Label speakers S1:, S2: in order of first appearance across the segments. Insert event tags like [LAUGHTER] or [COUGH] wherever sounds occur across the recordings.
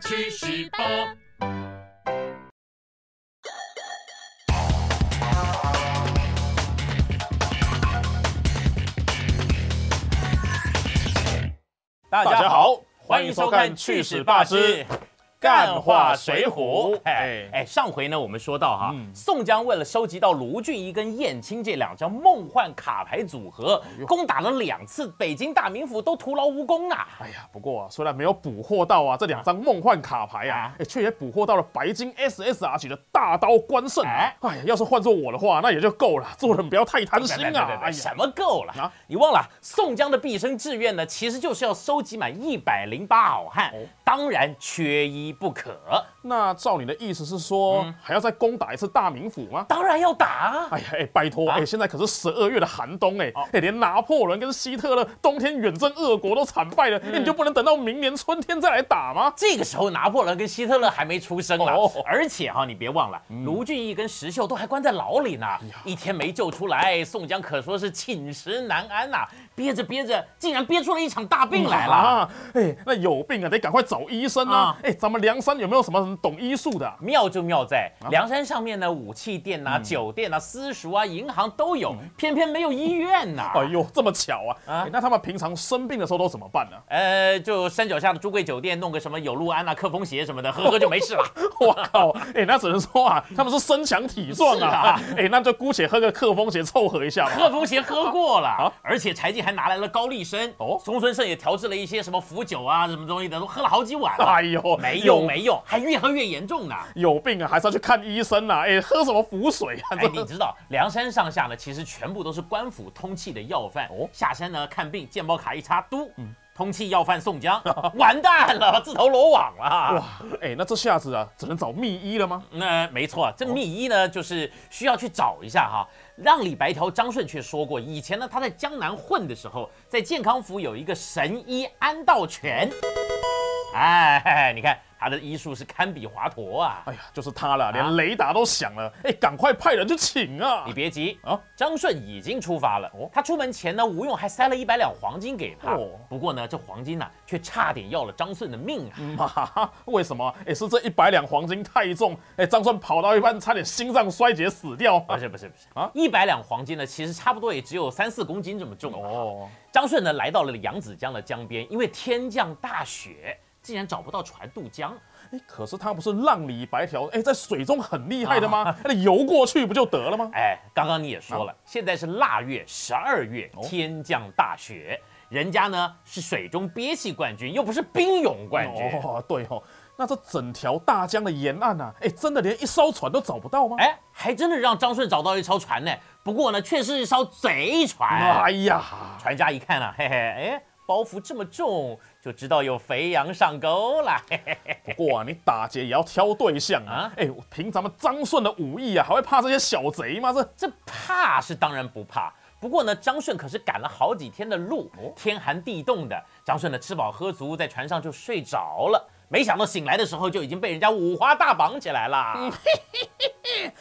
S1: 去细胞。
S2: 大
S3: 大家
S2: 家好，
S3: 好，
S2: 欢迎收看《去史霸之干化水浒》。哎
S3: 哎
S2: 哎，上回呢，我们说到哈，
S3: 嗯
S2: 宋江为了收集到卢俊义跟燕青这两张梦幻卡牌组合，攻打了两次北京大名府，都徒劳无功啊。
S3: 哎呀，不过啊，虽然没有捕获到啊这两张梦幻卡牌啊
S2: 啊，
S3: 哎，却也捕获到了白金 SSR 级的大刀关胜啊。哎呀，要是换做我的话，那也就够了。做人不要太贪心
S2: 别别别别
S3: 啊！哎
S2: 什
S3: 呀，
S2: 么够了？
S3: 啊
S2: 你忘了宋江的毕生志愿呢？其实就是要收集满一百零八好汉，当然缺一不可，
S3: 那照你的意思是说，还要再攻打一次大名府吗？
S2: 当然要打嗯啊！
S3: 哎呀，哎，拜托，
S2: 啊哦
S3: 哎，现在可是十二月的寒冬，哎，哎，连拿破仑跟希特勒冬天远征俄国都惨
S2: 嗯
S3: 败了，哎你就不能等到明年春天再来打吗？
S2: 这个时候，拿破仑跟希特勒还没出生啦，
S3: 哦嗯
S2: 而且哈、你别忘了，卢俊义跟石秀都还关在牢里呢，
S3: 哎
S2: 一天没救出来，宋江可说是寝食难安呐、憋着憋着，竟然憋出了一场大病来了。
S3: 啊！哎，那有病啊，得赶快找医生啊
S2: 啊！
S3: 哎，咱们梁山有没有什么人懂医术的啊？嗯
S2: 妙就妙在梁山上面呢，武器店呐、酒店呐、私塾啊、银行都有，偏偏没有医院呐、
S3: 哎呦，这么巧啊！
S2: 啊
S3: 哎那他们平常生病的时候都怎么办呢、 [LAUGHS]
S2: 呃，就山脚下的朱贵酒店弄个什么有路安啊、克风鞋什么的，喝喝就没事
S3: [LAUGHS]
S2: 了。
S3: 我靠，哎，那只能说啊，他们是身强体壮啊！哎、那就姑且喝个克风鞋凑合一下吧。
S2: 克风鞋喝过了，而且柴进还拿来了高丽参，哦，松孙胜也调制了一些什么腐酒啊、什么东西的，都喝了好几碗了，
S3: 哎
S2: [LAUGHS]
S3: 呦，
S2: 没
S3: 有
S2: 用没用，还越喝越严重呢。
S3: 有病啊，还是要去看医生啊！哎，喝什么符水啊？
S2: 哎
S3: 这，
S2: 你知道梁山上下呢，其实全部都是官府通缉的要犯。哦，嗯下山呢看病，健保卡一插，嘟，通缉要犯宋江，完蛋了，自投罗网了。
S3: 哇，哎，那这下子啊，只能找秘医了吗？
S2: 那没错，
S3: 哦
S2: 这秘医呢，就是需要去找一下哈。让李白条张顺却说过，以前呢他在江南混的时候，在健康府有一个神医安道全。哎，你看他的医术是堪比华佗啊！
S3: 哎呀，就是他了，
S2: 啊
S3: 连雷达都响了，哎，赶快派人去请啊
S2: 你！别急啊
S3: 啊，
S2: 张顺已经出发了。
S3: 哦
S2: 他出门前呢，吴用还塞了一百两黄金给他。
S3: 哦
S2: 不过呢，这黄金呢、却差点要了张顺的命
S3: 嗯
S2: 啊！
S3: 妈，为什么？哎，是这一百两黄金太重，哎，张顺跑到一半差点心脏衰竭死掉。
S2: 不是不是不是啊
S3: 啊，
S2: 一百两黄金呢，其实差不多也只有三四公斤这么重哦。
S3: 哦，
S2: 张顺呢来到了扬子江的江边，因为天降大雪，竟然找不到船渡江。
S3: 哎，可是他不是浪里白条，哎，在水中很厉害的吗？那你游过去不就得了吗？
S2: 啊哎，刚刚你也说了，现在是腊月十二月，
S3: 哦
S2: 天降大雪，人家呢是水中憋气冠军，又不是冰泳冠军。
S3: 哦，对哦，那这整条大江的沿岸啊，哎，真的连一艘船都找不到吗？
S2: 哎，还真的让张顺找到一艘船呢，不过呢，却是一艘贼船。
S3: 哎呀，
S2: 船家一看啊，嘿嘿，哎，包袱这么重，就知道有肥羊上钩了。嘿嘿
S3: 不过啊，你打劫也要挑对象啊
S2: 啊！
S3: 哎，我凭咱们张顺的武艺啊，还会怕这些小贼吗？这
S2: 这怕是当然不怕，不过呢，张顺可是赶了好几天的路，
S3: 哦
S2: 天寒地冻的。张顺呢吃饱喝足，在船上就睡着了。没想到醒来的时候就已经被人家五花大绑起来了。
S3: 嗯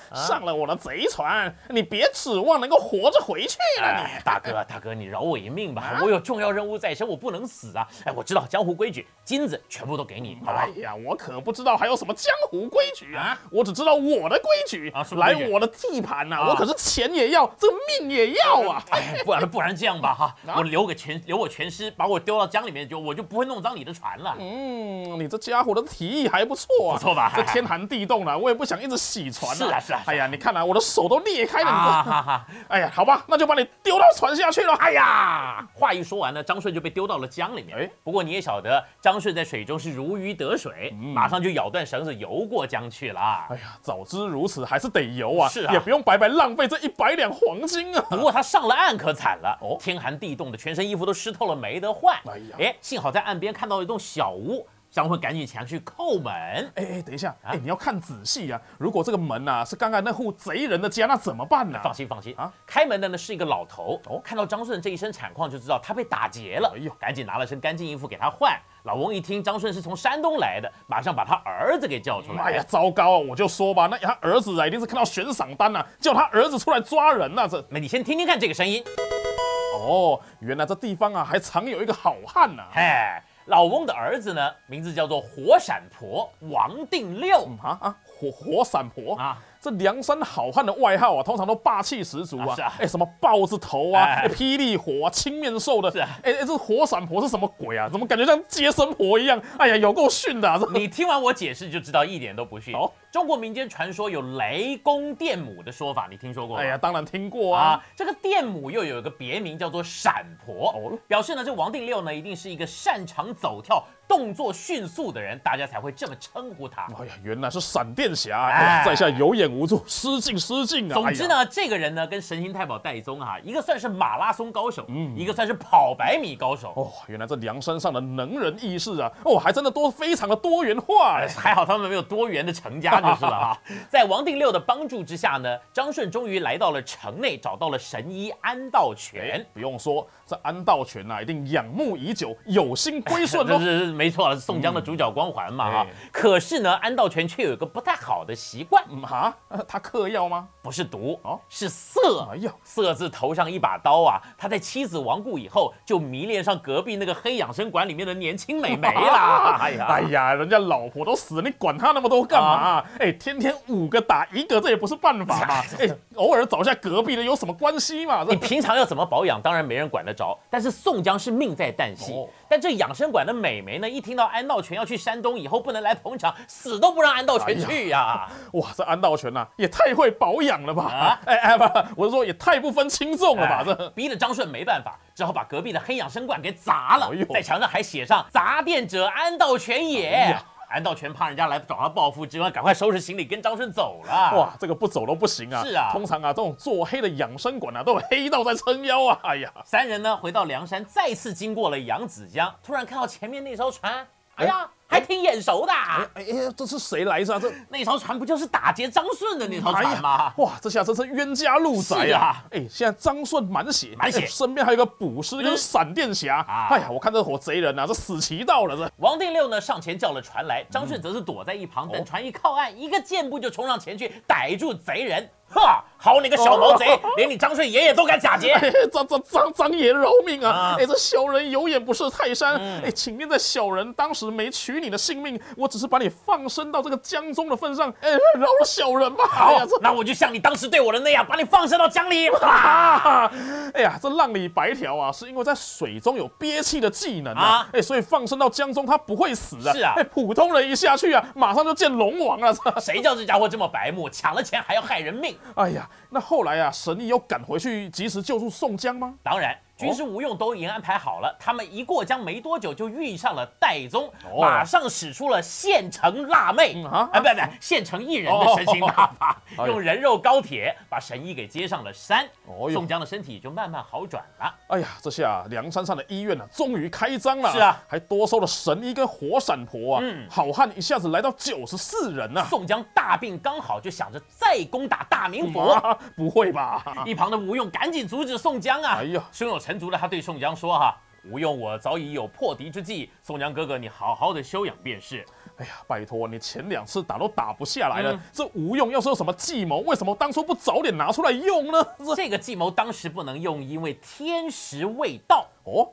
S2: 啊
S3: 上了我的贼船，你别指望能够活着回去了啊
S2: 哎，大哥，大哥，你饶我一命吧，我有重要任务在身，我不能死啊！哎，我知道江湖规矩，金子全部都给你，
S3: 你！
S2: 好吧
S3: 哎？呀，我可不知道还有什么江湖规矩啊
S2: 啊！
S3: 我只知道我的规矩
S2: 啊什么
S3: 来
S2: 规矩
S3: 我的地盘呐，
S2: 啊
S3: 我可是钱也要，这命也要啊！
S2: 哎，不然不然这样吧哈，
S3: 啊
S2: 我留给全留我全尸，把我丢到江里面就我就不会弄脏你的船了。
S3: 嗯，你这家伙的提议还不错啊，
S2: 不错吧哎
S3: 这天寒地冻啊了，我也不想一直洗船、
S2: 是啊是啊是啊
S3: 哎呀，你看啊，我的手都裂开了，
S2: 啊
S3: 你
S2: 哈哈！
S3: 这，哎呀，好吧，那就把你丢到船下去了。哎呀，
S2: 啊话一说完呢，张顺就被丢到了江里面。
S3: 哎
S2: 不过你也晓得，张顺在水中是如鱼得水，马上就咬断绳子游过江去了。
S3: 嗯
S2: 啊
S3: 哎呀，早知如此，还是得游啊，
S2: 是啊
S3: 也不用白白浪费这一百两黄金啊。
S2: 不过他上了岸可惨了，
S3: 哦
S2: 天寒地冻的，全身衣服都湿透了，没得换。
S3: 哎呀
S2: 哎，幸好在岸边看到一栋小屋，张顺赶紧前去叩门。
S3: 哎哎，等一下，哎，你要看仔细啊，如果这个门啊是刚刚那户贼人的家，那怎么办呢、
S2: 放心放心啊
S3: 啊！哦
S2: 开门的呢是一个老头，看到张顺这一身惨况，就知道他被打劫了，
S3: 哎呦
S2: 赶紧拿了身干净衣服给他换。老翁一听张顺是从山东来的，马上把他儿子给叫出来。
S3: 哎呀，糟糕啊！我就说吧，那他儿子啊，一定是看到悬赏单呐、啊，叫他儿子出来抓人呐、这
S2: 那你先听听看这个声音，
S3: 哦，原来这地方啊，还藏有一个好汉呐、
S2: 哎，老翁的儿子呢，名字叫做火闪婆王定六
S3: 嗯啊啊，火火伞婆
S2: 啊，
S3: 这梁山好汉的外号啊，通常都霸气十足
S2: 啊
S3: 啊
S2: 是啊！
S3: 哎，什么豹子头啊，
S2: 哎
S3: 哎霹雳火啊，青面兽的
S2: 是啊，
S3: 哎哎，这火伞婆是什么鬼啊？怎么感觉像接生婆一样？哎呀，有够逊的啊！这
S2: 你听完我解释就知道，一点都不逊。
S3: 好
S2: 中国民间传说有雷公电母的说法，你听说过吗？
S3: 哎呀，当然听过啊
S2: 啊。，这个电母又有一个别名叫做闪婆，
S3: 哦
S2: 表示呢这王定六呢一定是一个擅长走跳、动作迅速的人，大家才会这么称呼他。
S3: 哎呀，原来是闪电侠啊！哎呀
S2: 哎
S3: 在下有眼无珠，失敬失敬啊！
S2: 总之
S3: 哎呀，
S2: 呢，这个人呢跟神行太保戴宗啊，一个算是马拉松高手，
S3: 嗯
S2: 一个算是跑百米高手。
S3: 哦，原来这梁山上的能人异士啊，哦，还真的多非常的多元化哎。
S2: 还好他们没有多元的成家就是了 [LAUGHS] 啊。在王定六的帮助之下呢，张顺终于来到了城内，找到了神医安道全。
S3: 不用说，这安道全啊，一定仰慕已久，有心归顺
S2: 这 [LAUGHS]
S3: 哦。
S2: 是没错了，宋江的主角光环嘛啊
S3: 哎。
S2: 可是呢，安道全却有一个不太好的习惯，
S3: 嗯哈，他嗑药吗？
S2: 不是毒
S3: 哦，
S2: 是色
S3: 哎。呀，
S2: 色字头上一把刀啊！他在妻子亡故以后，就迷恋上隔壁那个黑养生馆里面的年轻美眉 [LAUGHS]
S3: [LAUGHS]
S2: 啦。哎呀，
S3: 哎呀，人家老婆都死了，你管他那么多干嘛、
S2: 啊
S3: 哎，天天五个打一个，这也不是办法
S2: [LAUGHS]
S3: 嘛。哎，偶尔找一下隔壁的有什么关系嘛？
S2: 你
S3: 这
S2: 平常要怎么保养，当然没人管得着。但是宋江是命在旦夕，
S3: 哦
S2: 但这养生馆的美眉呢，一听到安道全要去山东以后不能来捧场，死都不让安道全去
S3: 哎
S2: 呀、
S3: 哇，这安道全呐、也太会保养了吧？
S2: 啊
S3: 哎哎不，我是说也太不分轻重了吧？
S2: 哎
S3: 这
S2: 逼得张顺没办法，只好把隔壁的黑养生馆给砸了
S3: 哎呦，
S2: 在墙上还写上“砸店者安道全
S3: 哎
S2: 也
S3: 呀”。
S2: 安道全怕人家来找他报复，只管赶快收拾行李跟张顺走了。哇！
S3: 哇，这个不走都不行啊。
S2: 是啊
S3: 通常啊，这种做黑的养生馆啊，都有黑道在撑腰啊。哎呀，
S2: 三人呢回到梁山，再次经过了扬子江，突然看到前面那艘船，哎呀，还挺眼熟的啊。
S3: 哎哎哎，这是谁来着、啊？这
S2: 那艘船不就是打劫张顺的那
S3: 哎
S2: 艘船吗？
S3: 哇，这下真是冤家路窄
S2: 是
S3: 呀、
S2: 啊
S3: 啊！哎、现在张顺满血，嗯
S2: 满血
S3: 哎身边还有一个捕尸跟闪电侠。
S2: 啊
S3: 哎呀，我看这伙贼人啊，这死期到了这。
S2: 王定六呢上前叫了船来，张顺则是躲在一旁，
S3: 哦
S2: 等船一靠岸，一个箭步就冲上前去逮住贼人。哈，好你个小毛贼，连你张顺爷爷都敢假劫！
S3: 哦哎张张张张爷饶命啊！哎、
S2: 啊
S3: 这小人有眼不识泰山。哎、请念在小人当时没取你的性命，我只是把你放生到这个江中的份上，哎、饶了小人吧。哎
S2: 好
S3: 呀，这，
S2: 那我就像你当时对我的那样，把你放生到江里。哈
S3: 啊！ [LAUGHS] 哎呀，这浪里白条啊，是因为在水中有憋气的技能啊，
S2: 啊
S3: 哎、所以放生到江中它不会死啊。
S2: 是啊
S3: 哎、普通人一下去啊，马上就见龙王了。 [LAUGHS]
S2: 谁叫这家伙这么白目，抢了钱还要害人命？
S3: 哎呀，那后来啊，神医有赶回去及时救助宋江吗？
S2: 当然，
S3: 哦
S2: 军师吴用都已经安排好了，他们一过江没多久就遇上了戴宗，
S3: 哦
S2: 马上使出了县城辣妹、
S3: 嗯啊
S2: 啊，不不，县城一人的神行大法，
S3: 哦
S2: 用人肉高铁把神医给接上了山。
S3: 哦哟
S2: 宋江的身体就慢慢好转了。
S3: 哎呀，这下梁山上的医院啊，终于开张了。
S2: 是啊，
S3: 还多收了神医跟活闪婆啊。
S2: 嗯
S3: 好汉一下子来到九十四人啊呐、
S2: 宋江大病刚好，就想着再攻打大名府。
S3: 啊。不会吧？
S2: [LAUGHS] 一旁的吴用赶紧阻止宋江啊！
S3: 哎呀
S2: 胸有成竹的他对宋江说、哈，吴用，我早已有破敌之计，宋江哥哥，你好好的休养便是。
S3: 哎呀，拜托，你前两次打都打不下来了，
S2: 嗯
S3: 这吴用要是有什么计谋，为什么当初不早点拿出来用呢？这
S2: 这个计谋当时不能用，因为天时未到。
S3: 哦。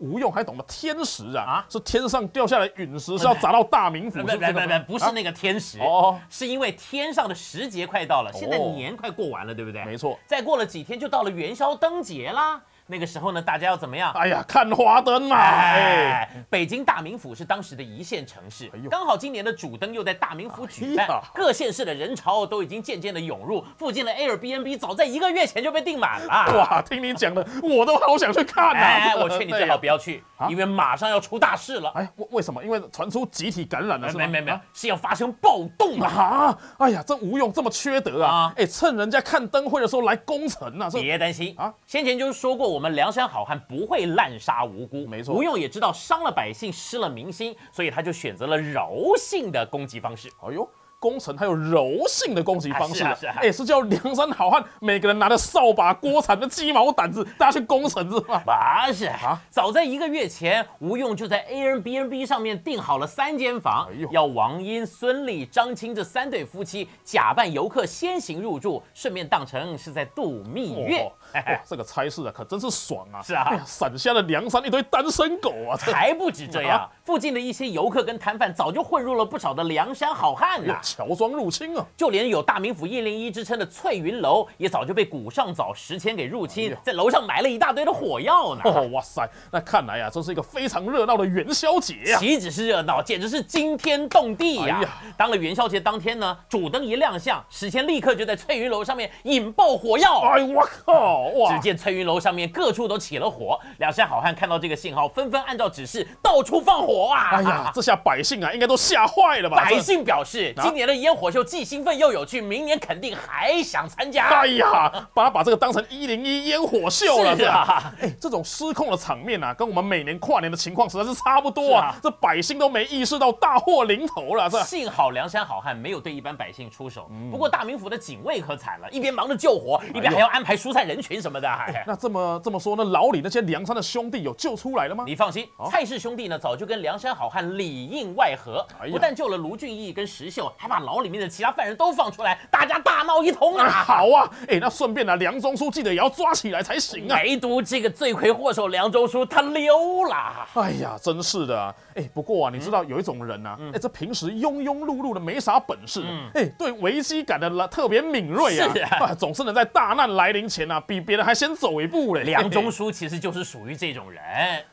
S3: 吴用还懂得天时啊，
S2: 啊
S3: 是天上掉下来陨石是要砸到大名府，
S2: 不
S3: 是
S2: 不
S3: 不是
S2: 不
S3: 这个吗？
S2: 不不是那个天时，
S3: 啊哦，
S2: 是因为天上的时节快到了，现在
S3: 哦
S2: 年快过完了，对不对？
S3: 没错。
S2: 再过了几天就到了元宵灯节啦，那个时候呢，大家要怎么样？
S3: 哎呀，看花灯嘛，哎，
S2: 哎，北京大名府是当时的一线城市
S3: 哎，呦
S2: 刚好今年的主灯又在大名府举办
S3: 哎呀，
S2: 各县市的人潮都已经渐渐的涌入，附近的 Airbnb 早在一个月前就被订满了。
S3: 哇，听你讲的，我都好想去看啊呐、
S2: 哎，我劝你最好
S3: 别。
S2: 不要去，
S3: 啊
S2: 因为马上要出大事了。
S3: 哎，为为什么？因为传出集体感染了，是吗？
S2: 呃没没没有
S3: 啊。，
S2: 是要发生暴动了。
S3: 啊！哎呀，这吴用这么缺德啊！
S2: 啊
S3: 哎、趁人家看灯会的时候来攻城啊！这
S2: 别担心啊
S3: 啊！
S2: 先前就是说过，我们梁山好汉不会滥杀无辜，
S3: 没错
S2: 吴用也知道伤了百姓，失了民心，所以他就选择了柔性的攻击方式。
S3: 哎呦，攻城还有柔性的攻击方式
S2: 啊是啊是啊
S3: 哎、是叫梁山好汉每个人拿着扫把、锅铲跟鸡毛掸子，大家去攻城是吗？
S2: 不是啊
S3: 啊，
S2: 早在一个月前，吴用就在 Airbnb 上面订好了三间房
S3: 哎，呦
S2: 要王英、孙俪、张青这三对夫妻假扮游客先行入住，顺便当成是在度蜜月
S3: 哦。
S2: [LAUGHS]
S3: 哇，这个差事啊，可真是爽啊！
S2: 是啊
S3: 哎呀，伞下的梁山一堆单身狗啊，
S2: [LAUGHS]
S3: 这
S2: 还不止这样
S3: [LAUGHS] 啊，
S2: 附近的一些游客跟摊贩早就混入了不少的梁山好汉呐、
S3: 乔装入侵啊！
S2: 就连有大名府一零一之称的翠云楼，也早就被古上早石阡给入
S3: 哎
S2: 侵
S3: 呦，
S2: 在楼上埋了一大堆的火药呢。
S3: 哦，哇塞，那看来啊，真是一个非常热闹的元宵节哎啊呀、
S2: 岂止是热闹，简直是惊天动地呀、
S3: 哎呀
S2: 当了元宵节当天呢，主灯一亮相，石阡立刻就在翠云楼上面引爆火药。
S3: 哎呦，我靠！
S2: 只
S3: 哇，
S2: 见翠云楼上面各处都起了火，梁山好汉看到这个信号，纷纷按照指示到处放火啊！
S3: 哎呀，这下百姓啊，应该都吓坏了吧？
S2: 百
S3: 这
S2: 姓表示，
S3: 啊
S2: 今年的烟火秀既兴奋又有趣，明年肯定还想参加
S3: [LAUGHS] 哎。呀，把把这个当成一零一烟火秀了，
S2: 是啊
S3: 这哎，这种失控的场面啊，跟我们每年跨年的情况实在是差不多啊。
S2: 是啊
S3: 这百姓都没意识到大祸临头了，这
S2: [LAUGHS] 幸好梁山好汉没有对一般百姓出手，
S3: 嗯
S2: 不过大名府的警卫可惨了，一边忙着救火，
S3: 哎
S2: 一边还要安排疏散人群什么的。哎
S3: 那这么这么说，那老李那些梁山的兄弟有救出来了吗？
S2: [LAUGHS] 你放心，
S3: 哦
S2: 蔡氏兄弟呢早就跟梁山好汉里应外合
S3: 哎，呀
S2: 不但救了卢俊义跟石秀，还把牢里面的其他犯人都放出来，大家大闹一通
S3: 啊，
S2: 啊！
S3: [LAUGHS] 好啊，哎，那顺便啊，梁中书记得也要抓起来才行啊。
S2: 唯独这个罪魁祸首梁中书他溜了。
S3: 哎呀，真是的啊！哎，不过啊，你
S2: 嗯
S3: 知道有一种人啊，哎，这平时庸庸碌碌的没啥本事，哎，对危机感的啦特别敏锐啊
S2: 嗯是，啊
S3: 总是能在大难来临前啊，比别人还先走一步嘞。
S2: 梁中书其实就是属于这种人，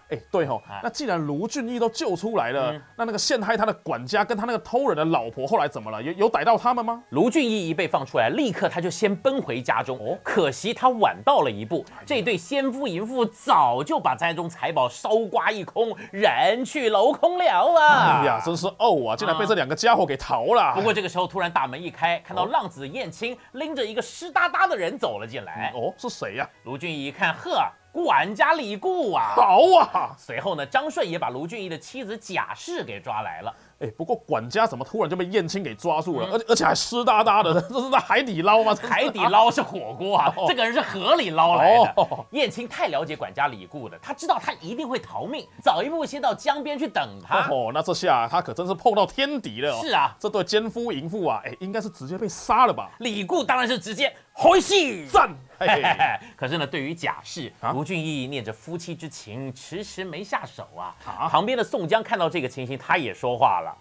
S3: 哎，对吼、那既然卢俊义都救出来了，
S2: 嗯
S3: 那那个陷害他的管家跟他那个偷人的老婆后来怎么了？有有逮到他们吗？
S2: 卢俊义一被放出来，立刻他就先奔回家中。哦，可惜他晚到了一步，
S3: 哎
S2: 这对先夫淫妇早就把家中财宝烧刮一空，人去楼空了啊！
S3: 哎呀，真是哦啊，竟然被这两个家伙给逃了。啊
S2: 不过这个时候，突然大门一开，看到浪子燕青拎着一个湿哒哒的人走了进来。
S3: 哦，是谁呀、
S2: 卢俊义一看，呵，管家李固啊！
S3: 好啊！
S2: 随后呢，张顺也把卢俊义的妻子贾氏给抓来
S3: [LAUGHS]
S2: 了。
S3: 哎，不过管家怎么突然就被燕青给抓住了，而且而且还湿哒哒的， [LAUGHS] 这是在海底捞吗？
S2: 嗯 [LAUGHS] 海底捞是火锅啊，这个人是河里捞来的
S3: 哦。
S2: 燕青太了解管家李固了，他知道他一定会逃命，早一步先到江边去等他。
S3: 哦，那这下他可真是碰到天敌了、哦。
S2: 啊是啊
S3: 这对奸夫淫妇啊，哎，应该是直接被杀了吧？
S2: 李固当然是直接回信。
S3: 赞！嘿
S2: 嘿嘿
S3: 嘿
S2: 嘿 [LAUGHS] 可是呢，对于贾氏，
S3: 啊
S2: 卢俊义念着夫妻之情，迟迟没下手啊。
S3: 啊
S2: 旁边的宋江看到这个情形，他也说话了。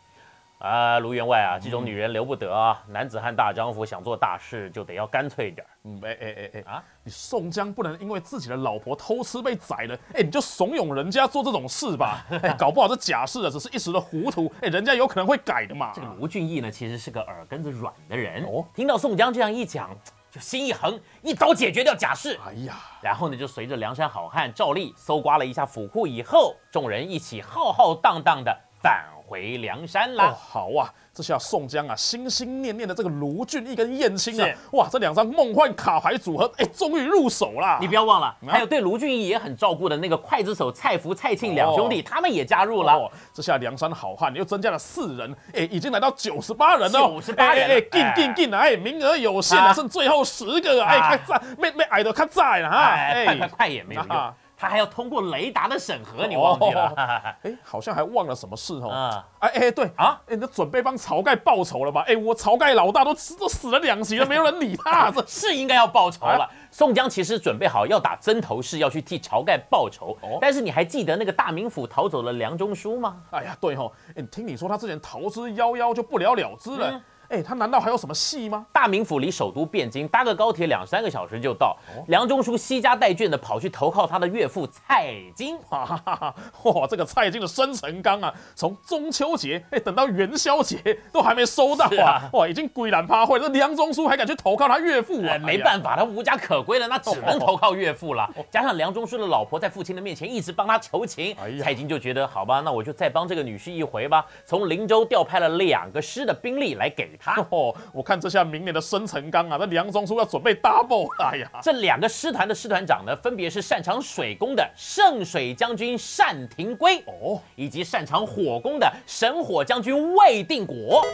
S2: 啊、卢员外啊，这种女人留不得啊！男子汉大丈夫，想做大事就得要干脆一点儿。
S3: 嗯，哎哎哎哎
S2: 啊
S3: 啊！你宋江不能因为自己的老婆偷吃被宰了，哎，你就怂恿人家做这种
S2: [LAUGHS]
S3: 事吧？哎，搞不好这假事啊，只是一时的糊涂，哎，人家有可能会改的嘛
S2: 这。个卢俊义呢，其实是个耳根子软的人。
S3: 嗯哦
S2: 听到宋江这样一讲，就心一横，一刀解决掉贾氏。
S3: 哎呀，
S2: 然后呢，就随着梁山好汉照例搜刮了一下府库以后，众人一起浩浩荡荡的返回梁山啦。
S3: 哦，好啊，这下宋江啊，心心念念的这个卢俊义跟燕青啊
S2: 是，
S3: 哇，这两张梦幻卡牌组合，哎，终于入手啦。
S2: 你不要忘了，
S3: 啊
S2: 还有对卢俊义也很照顾的那个刽子手蔡福、蔡庆两兄弟，
S3: 哦
S2: 他们也加入了。
S3: 哦，这下梁山好汉又增加了四人，哎，已经来到九十八人了。
S2: 98人了
S3: 哎，进
S2: 哎
S3: 进进哎，名额有限
S2: 啊
S3: 啊，剩最后十个啊，哎，
S2: 啊
S3: 看在，没没矮的看在了哈，
S2: 哎，快快快也没有用
S3: 啊，
S2: 他还要通过雷达的审核，你忘记了？
S3: 哎，好像还忘了什么事哦。
S2: [LAUGHS] 啊
S3: 哎哎，对
S2: 啊
S3: 啊，哎，你准备帮晁盖报仇了吧？哎，我晁盖老大都死都死了两集了，没有人理
S2: [LAUGHS]
S3: 他，这
S2: 是应该要报仇
S3: 啊
S2: 了。宋江其实准备好要打针头式，要去替晁盖报仇。
S3: 哦
S2: 但是你还记得那个大名府逃走了梁中书吗？
S3: 哎呀，对吼，哎，听你说他之前逃之夭夭就不了了之了，
S2: 嗯
S3: 哎，他难道还有什么戏吗？ [LAUGHS]
S2: 大名府离首都汴京搭个高铁两三个小时就到。
S3: 哦
S2: 梁中书惜家带眷的跑去投靠他的岳父蔡京。
S3: 哈哈哈哈！哇，这个蔡京的生辰纲啊，从中秋节哎等到元宵节都还没收到
S2: 是啊
S3: 啊！哇，已经鬼然趴会，这梁中书还敢去投靠他岳父啊？
S2: 哎，没
S3: 法，
S2: 办法，他无家可归了，那只能投靠岳父了。
S3: 哦
S2: 加上梁中书的老婆在父亲的面前一直帮他求情，
S3: 哎呀
S2: 蔡京就觉得好吧，那我就再帮这个女婿一回吧。从灵州调派了两个师的兵力来给他。
S3: 哦，我看这下明年的生辰纲啊，那梁中书要准备 double 了。哎呀，
S2: 这两个师团的师团长呢，分别是擅长水攻的圣水将军单廷圭，
S3: 哦，
S2: 以及擅长火攻的神火将军魏定国。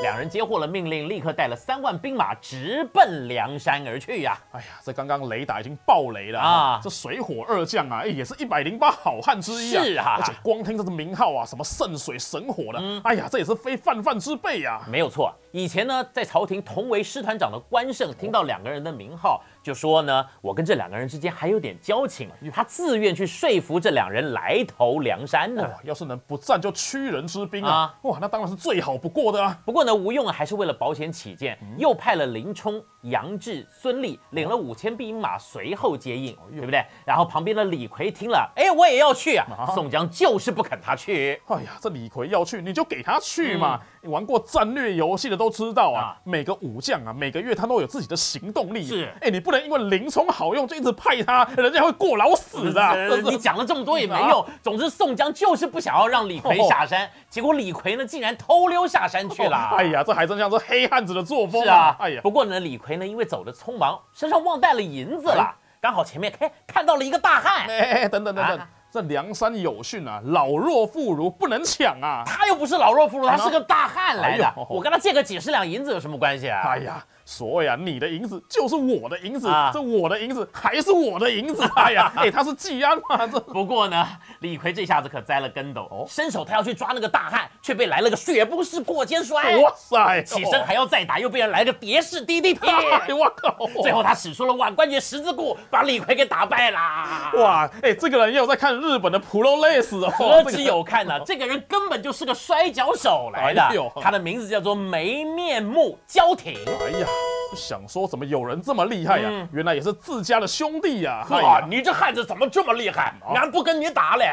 S2: 两人接获了命令，立刻带了三万兵马直奔梁山而去呀、
S3: 哎呀，这刚刚雷达已经爆雷了
S2: 啊
S3: 啊！这水火二将啊，哎也是一百零八好汉之一啊。
S2: 是啊嗯
S3: 而且光听这个名号啊，什么圣水神火的，哎呀，这也是非泛泛之辈啊。
S2: 没有错，以前呢，在朝廷同为师团长的关胜听到两个人的名号，就说呢，我跟这两个人之间还有点交情，他自愿去说服这两人来投梁山的。
S3: 哦哇，要是能不战就屈人之兵啊，哇，那当然是最好不过的啊。
S2: 不过呢，吴用啊还是为了保险起见，
S3: 嗯
S2: 又派了林冲、杨志、孙立领了
S3: 哦
S2: 五千兵马随后接应，对不对？然后旁边的李逵听了，哎，我也要去啊！宋江就是不肯他去。
S3: 哎呀，这李逵要去，你就给他去嘛。你玩过战略游戏的都知道啊，
S2: 嗯啊
S3: 每个武将啊，每个月他都有自己的行动力。
S2: 是
S3: 哎，你不能因为林冲好用就一直派他，人家会过劳死的啊。啊
S2: 呃
S3: 这是
S2: [LAUGHS] 你讲了这么多也没用。总之，宋江就是不想要让李逵
S3: 哦
S2: 下山，结果李逵呢，竟然偷溜下山去了。
S3: 哎呀，这还真像是黑汉子的作风
S2: 是啊，
S3: 哎呀，
S2: 不过呢，李逵呢，因为走的匆忙，身上忘带了银子了，刚好前面哎看到了一个大汉，
S3: 哎哎，哎等等等等
S2: 啊，
S3: 这梁山有训啊，老弱妇孺不能抢啊。
S2: 他又不是老弱妇孺，他是个大汉来的
S3: 哎呦，
S2: 我跟他借个几十两银子有什么关系啊
S3: 哎？呀，所谓啊，你的银子就是我的银子，
S2: 啊
S3: 这我的银子还是我的
S2: [LAUGHS]
S3: 银子。哎呀，哎，他是季安嘛，这
S2: 不过呢，李逵这下子可栽了跟斗，
S3: 哦
S2: 伸手他要去抓那个大汉，却被来了个血崩式过肩摔，
S3: 哇塞，
S2: 哎
S3: 哦
S2: 起身还要再打，又被人来个蝶式 DDT
S3: 哎。我靠，
S2: 最后他使出了腕关节十字固，把李逵给打败啦。
S3: 哇，哎，这个人也有在看日本的 Pro Race 哦，
S2: 何
S3: 这
S2: 止
S3: 个
S2: 有看呢、这个人根本就是个摔跤手来的
S3: 哎呦，
S2: 他的名字叫做梅面目交挺。
S3: 哎呀，不想说怎么有人这么厉害呀、
S2: 嗯
S3: 原来也是自家的兄弟呀、哦哎
S2: 哇，
S3: 呀，
S2: 你这汉子怎么这么厉害？俺不跟你打嘞！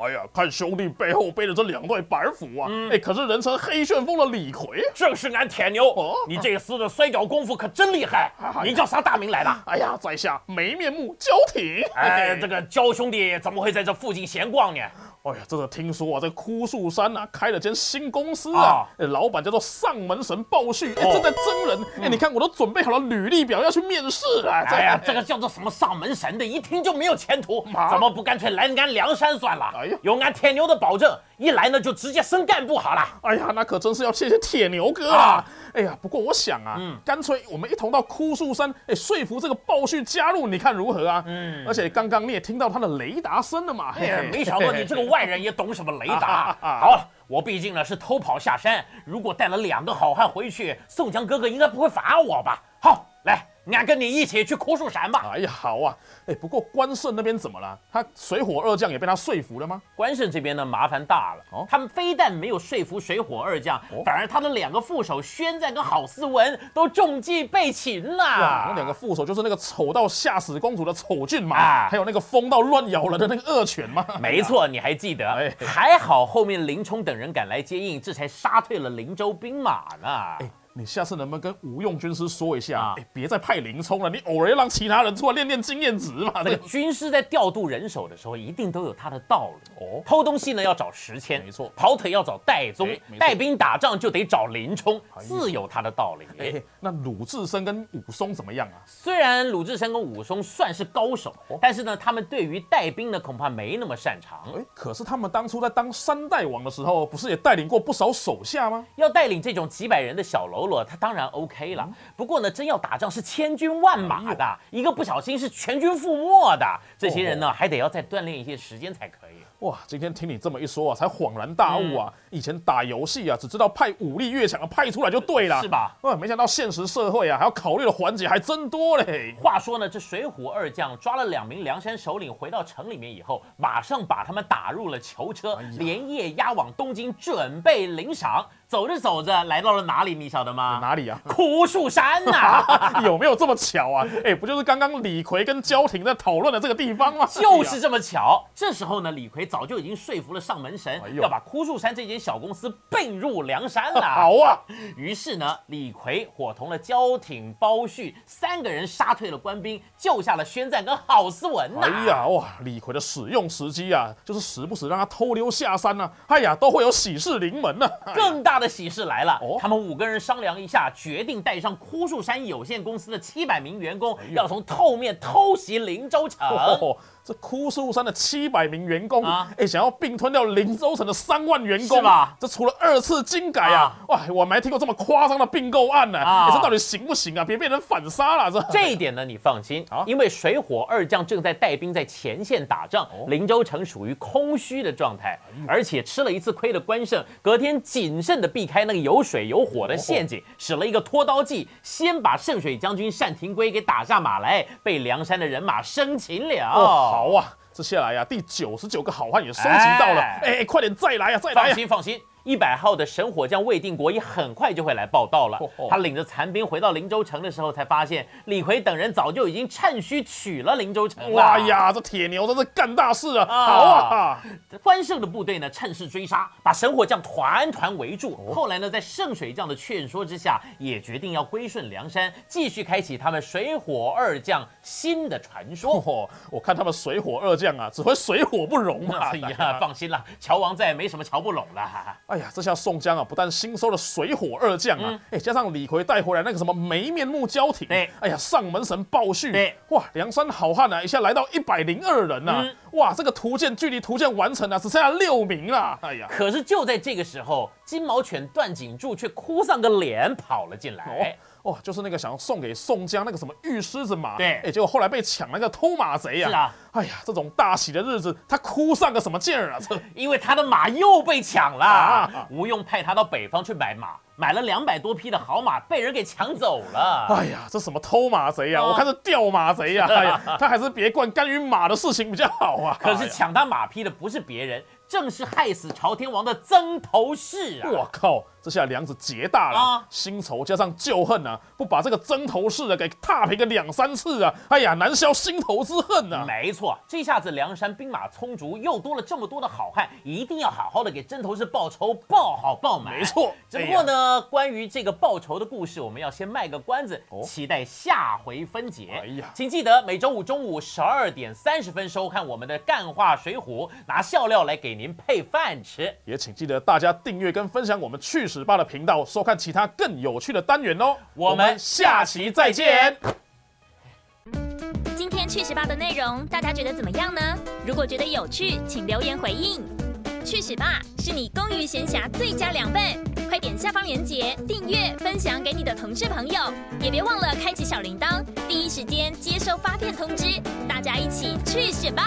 S3: 哎呀，看兄弟背后背着这两对板斧啊，哎、
S2: 嗯
S3: 可是人称黑旋风的李逵，
S2: 正是俺铁牛
S3: 哦，
S2: 你这一厮的摔跤功夫可真厉害
S3: 哎。
S2: 你叫啥大名来
S3: [LAUGHS]
S2: 的？
S3: 哎呀，在下没面目交挺。
S2: 哎，这个焦兄弟怎么会在这附近闲逛呢？
S3: 哎呀，真的听说啊，这枯树山啊开了间新公司啊
S2: 啊，
S3: 哎老板叫做上门神鲍旭，哎
S2: 哦
S3: 正在征人。哎，你看我都准备好了履历表要去面试啊。
S2: 哎呀，这个叫做什么上门神的，一听就没有前途
S3: 妈，
S2: 怎么不干脆来俺梁山算了
S3: 哎呀？
S2: 有俺铁牛的保证，一来呢就直接升干部好了。
S3: 哎呀，那可真是要谢谢铁牛哥啊！哎呀，不过我想啊，干脆我们一同到枯树山，哎，说服这个鲍旭加入，你看如何啊？嗯，而且刚刚你也听到他的雷达声了嘛？
S2: 哎呀， [LAUGHS] 没想到你这个外人也懂什么雷达。
S3: 啊
S2: [LAUGHS] 好了，我毕竟呢是偷跑下山，如果带了两个好汉回去，宋江哥哥应该不会罚我吧？好，来，俺跟你一起去枯树山吧。
S3: 哎呀，好啊！哎，不过关胜那边怎么了？他水火二将也被他说服了吗？
S2: 关胜这边呢麻烦大了，
S3: 哦
S2: 他们非但没有说服水火二将，反而他的两个副手宣赞跟郝思文都中计被擒
S3: 哇，那
S2: 啦
S3: 两。个副手就是那个丑到吓死公主的丑俊嘛，
S2: 啊
S3: 还有那个疯到乱咬人的那个恶犬嘛。
S2: 没错，你还记
S3: 哎
S2: 得？还好后面林冲等人赶来接应，这才杀退了林州兵马呢。
S3: 哎，你下次能不能跟吴用军师说一下？
S2: 啊
S3: 哎，别再派林冲了，你偶尔让其他人出来练练经验值嘛。那
S2: 这
S3: 个
S2: 啊个军师在调度人手的时候，一定都有他的道理。
S3: 哦
S2: 偷东西呢要找石谦，
S3: 没错
S2: 跑腿要找戴宗
S3: 哎没，错
S2: 带兵打仗就得找林冲，自有他的道理。
S3: 哎，那鲁智深跟武松怎么样啊？
S2: 虽然鲁智深跟武松算是高手，但是呢，他们对于带兵呢恐怕没那么擅长。
S3: 哎，可是他们当初在当三代王的时候，不是也带领过不少手下吗？
S2: 要带领这种几百人的小喽啰，他当然 OK 了。不过呢，真要打仗是千军万马的，一个不小心是全军覆没的。这些人呢，还得要再锻炼一些时间才可以。
S3: 哇，今天听你这么一说啊，才恍然大悟啊！
S2: 嗯
S3: 以前打游戏啊，只知道派武力越强的派出来就对了，
S2: 是吧？
S3: 哇，没想到现实社会啊，还要考虑的环节还真多嘞。
S2: 话说呢，这水浒二将抓了两名梁山首领，回到城里面以后，马上把他们打入了囚车，连夜押往东京，准备领赏。走着走着，来到了哪里？你晓得吗？
S3: 哪
S2: [LAUGHS]
S3: 里啊？ [LAUGHS]
S2: 枯树山呐、
S3: 有没有这么巧啊？哎、不就是刚刚李逵跟焦婷在讨论的这个地方吗？
S2: 就是这么巧。这时候呢，李逵早就已经说服了上门神
S3: 哎，呦
S2: 要把枯树山这间小公司并入梁山
S3: [LAUGHS] 好
S2: 了。 [LAUGHS]
S3: 啊！
S2: 于是呢，李逵伙同了焦挺、包胥三个人杀退了官兵，救下了宣赞跟郝思文呐、
S3: 哎呀，哇！李逵的使用时机啊，就是时不时让他偷溜下山呐、啊。哎呀，都会有喜事临门呐、啊。
S2: 更大的喜事来了
S3: 哦！
S2: 他们五个人商量一下，决定带上枯树山有限公司的七百名员工，要从后面偷袭灵州城。
S3: 哎哦，这枯树山的七百名员工，哎、
S2: 啊
S3: 想要并吞掉林州城的三万员工
S2: 是吧
S3: 这除了二次精改啊，哇，我们还听过这么夸张的并购案呢、
S2: 啊
S3: 哎这到底行不行啊？别被人反杀了这。
S2: 这一点呢，你放心
S3: 啊，
S2: 因为水火二将正在带兵在前线打仗，
S3: 哦哎
S2: 灵州城属于空虚的状态，而且吃了一次亏的关胜，隔天谨慎的的避开那个有水有火的
S3: 哦
S2: 陷阱，使了一个拖刀计，先把圣水将军单廷圭给打下马来，被梁山的人马生擒了。
S3: 哦，好啊，这下来呀、第九十九个好汉也收集到了，
S2: 哎
S3: 哎、快点再来呀、再来
S2: 放
S3: 呀、
S2: 心放心，一百号的神火将魏定国也很快就会来报道了
S3: 哦哦。
S2: 他领着残兵回到灵州城的时候，才发现李逵等人早就已经趁虚取了灵州城了。
S3: 哇！呀，这铁牛真是干大事啊！
S2: 啊
S3: 好啊，
S2: 关胜的部队呢，趁势追杀，把神火将团团围
S3: 哦
S2: 住。后来呢，在圣水将的劝说之下，也决定要归顺梁山，继续开启他们水火二将新的传说。
S3: 哦，我看他们水火二将啊，只会水火不容啊嘛。
S2: [LAUGHS] 哎
S3: [LAUGHS]
S2: 呀，放心啦，乔王再也没什么瞧不拢了。
S3: 哎呀，这下宋江啊，不但新收了水火二将啊，哎、加上李逵带回来那个什么梅面目交挺，
S2: 嗯对
S3: 哎呀，上门神鲍旭，
S2: 对，嗯
S3: 哇，梁山好汉啊，一下来到一百零二人呐、啊，哇，这个图鉴距离图鉴完成啊，只剩下六名啦，哎呀，
S2: 可是就在这个时候，金毛犬段景柱却哭丧个脸跑了进来。
S3: 哦，哦，就是那个想要送给宋江那个什么玉狮子马，
S2: 对
S3: 哎，结果后来被抢那个偷马贼啊，
S2: 是啊，
S3: 哎呀，这种大喜的日子，他哭上个什么劲儿
S2: [LAUGHS]
S3: 啊？这
S2: 因为他的马又被抢了，
S3: 啊
S2: 吴用派他到北方去买马，买了两百多匹的好马，被人给抢走了。
S3: 哎呀，这什么偷马贼呀、
S2: 啊
S3: 我看是掉马
S2: [LAUGHS]
S3: 贼呀、哎呀，他还是别管干于马的事情比较好啊。
S2: 可是抢他马匹的不是别人，正是害死朝天王的曾头市啊！
S3: 哎我靠，这下梁子结大了，
S2: 啊
S3: 新仇加上旧恨啊，不把这个曾头市的啊给踏平个两三次啊，哎呀，难消心头之恨啊！
S2: 没错，这下子梁山兵马充足，又多了这么多的好汉，一定要好好的给曾头市报仇，报好报满。
S3: 没错哎
S2: 只不过呢，关于这个报仇的故事，我们要先卖个关子，
S3: 哦
S2: 期待下回分解。
S3: 哎呀
S2: 请记得每周五中午十二点三十分收看我们的《干话水浒》，拿笑料来给您配饭吃。
S3: 也请记得大家订阅跟分享我们趣史吧的频道，收看其他更有趣的单元哦。
S2: 我们下期再见。
S1: 今天去十八的内容大家觉得怎么样呢？如果觉得有趣，请留言回应。去十八是你公余闲暇最佳良伴，快点下方链接订阅、分享给你的同事朋友，也别忘了开启小铃铛，第一时间接收发片通知。大家一起去十八！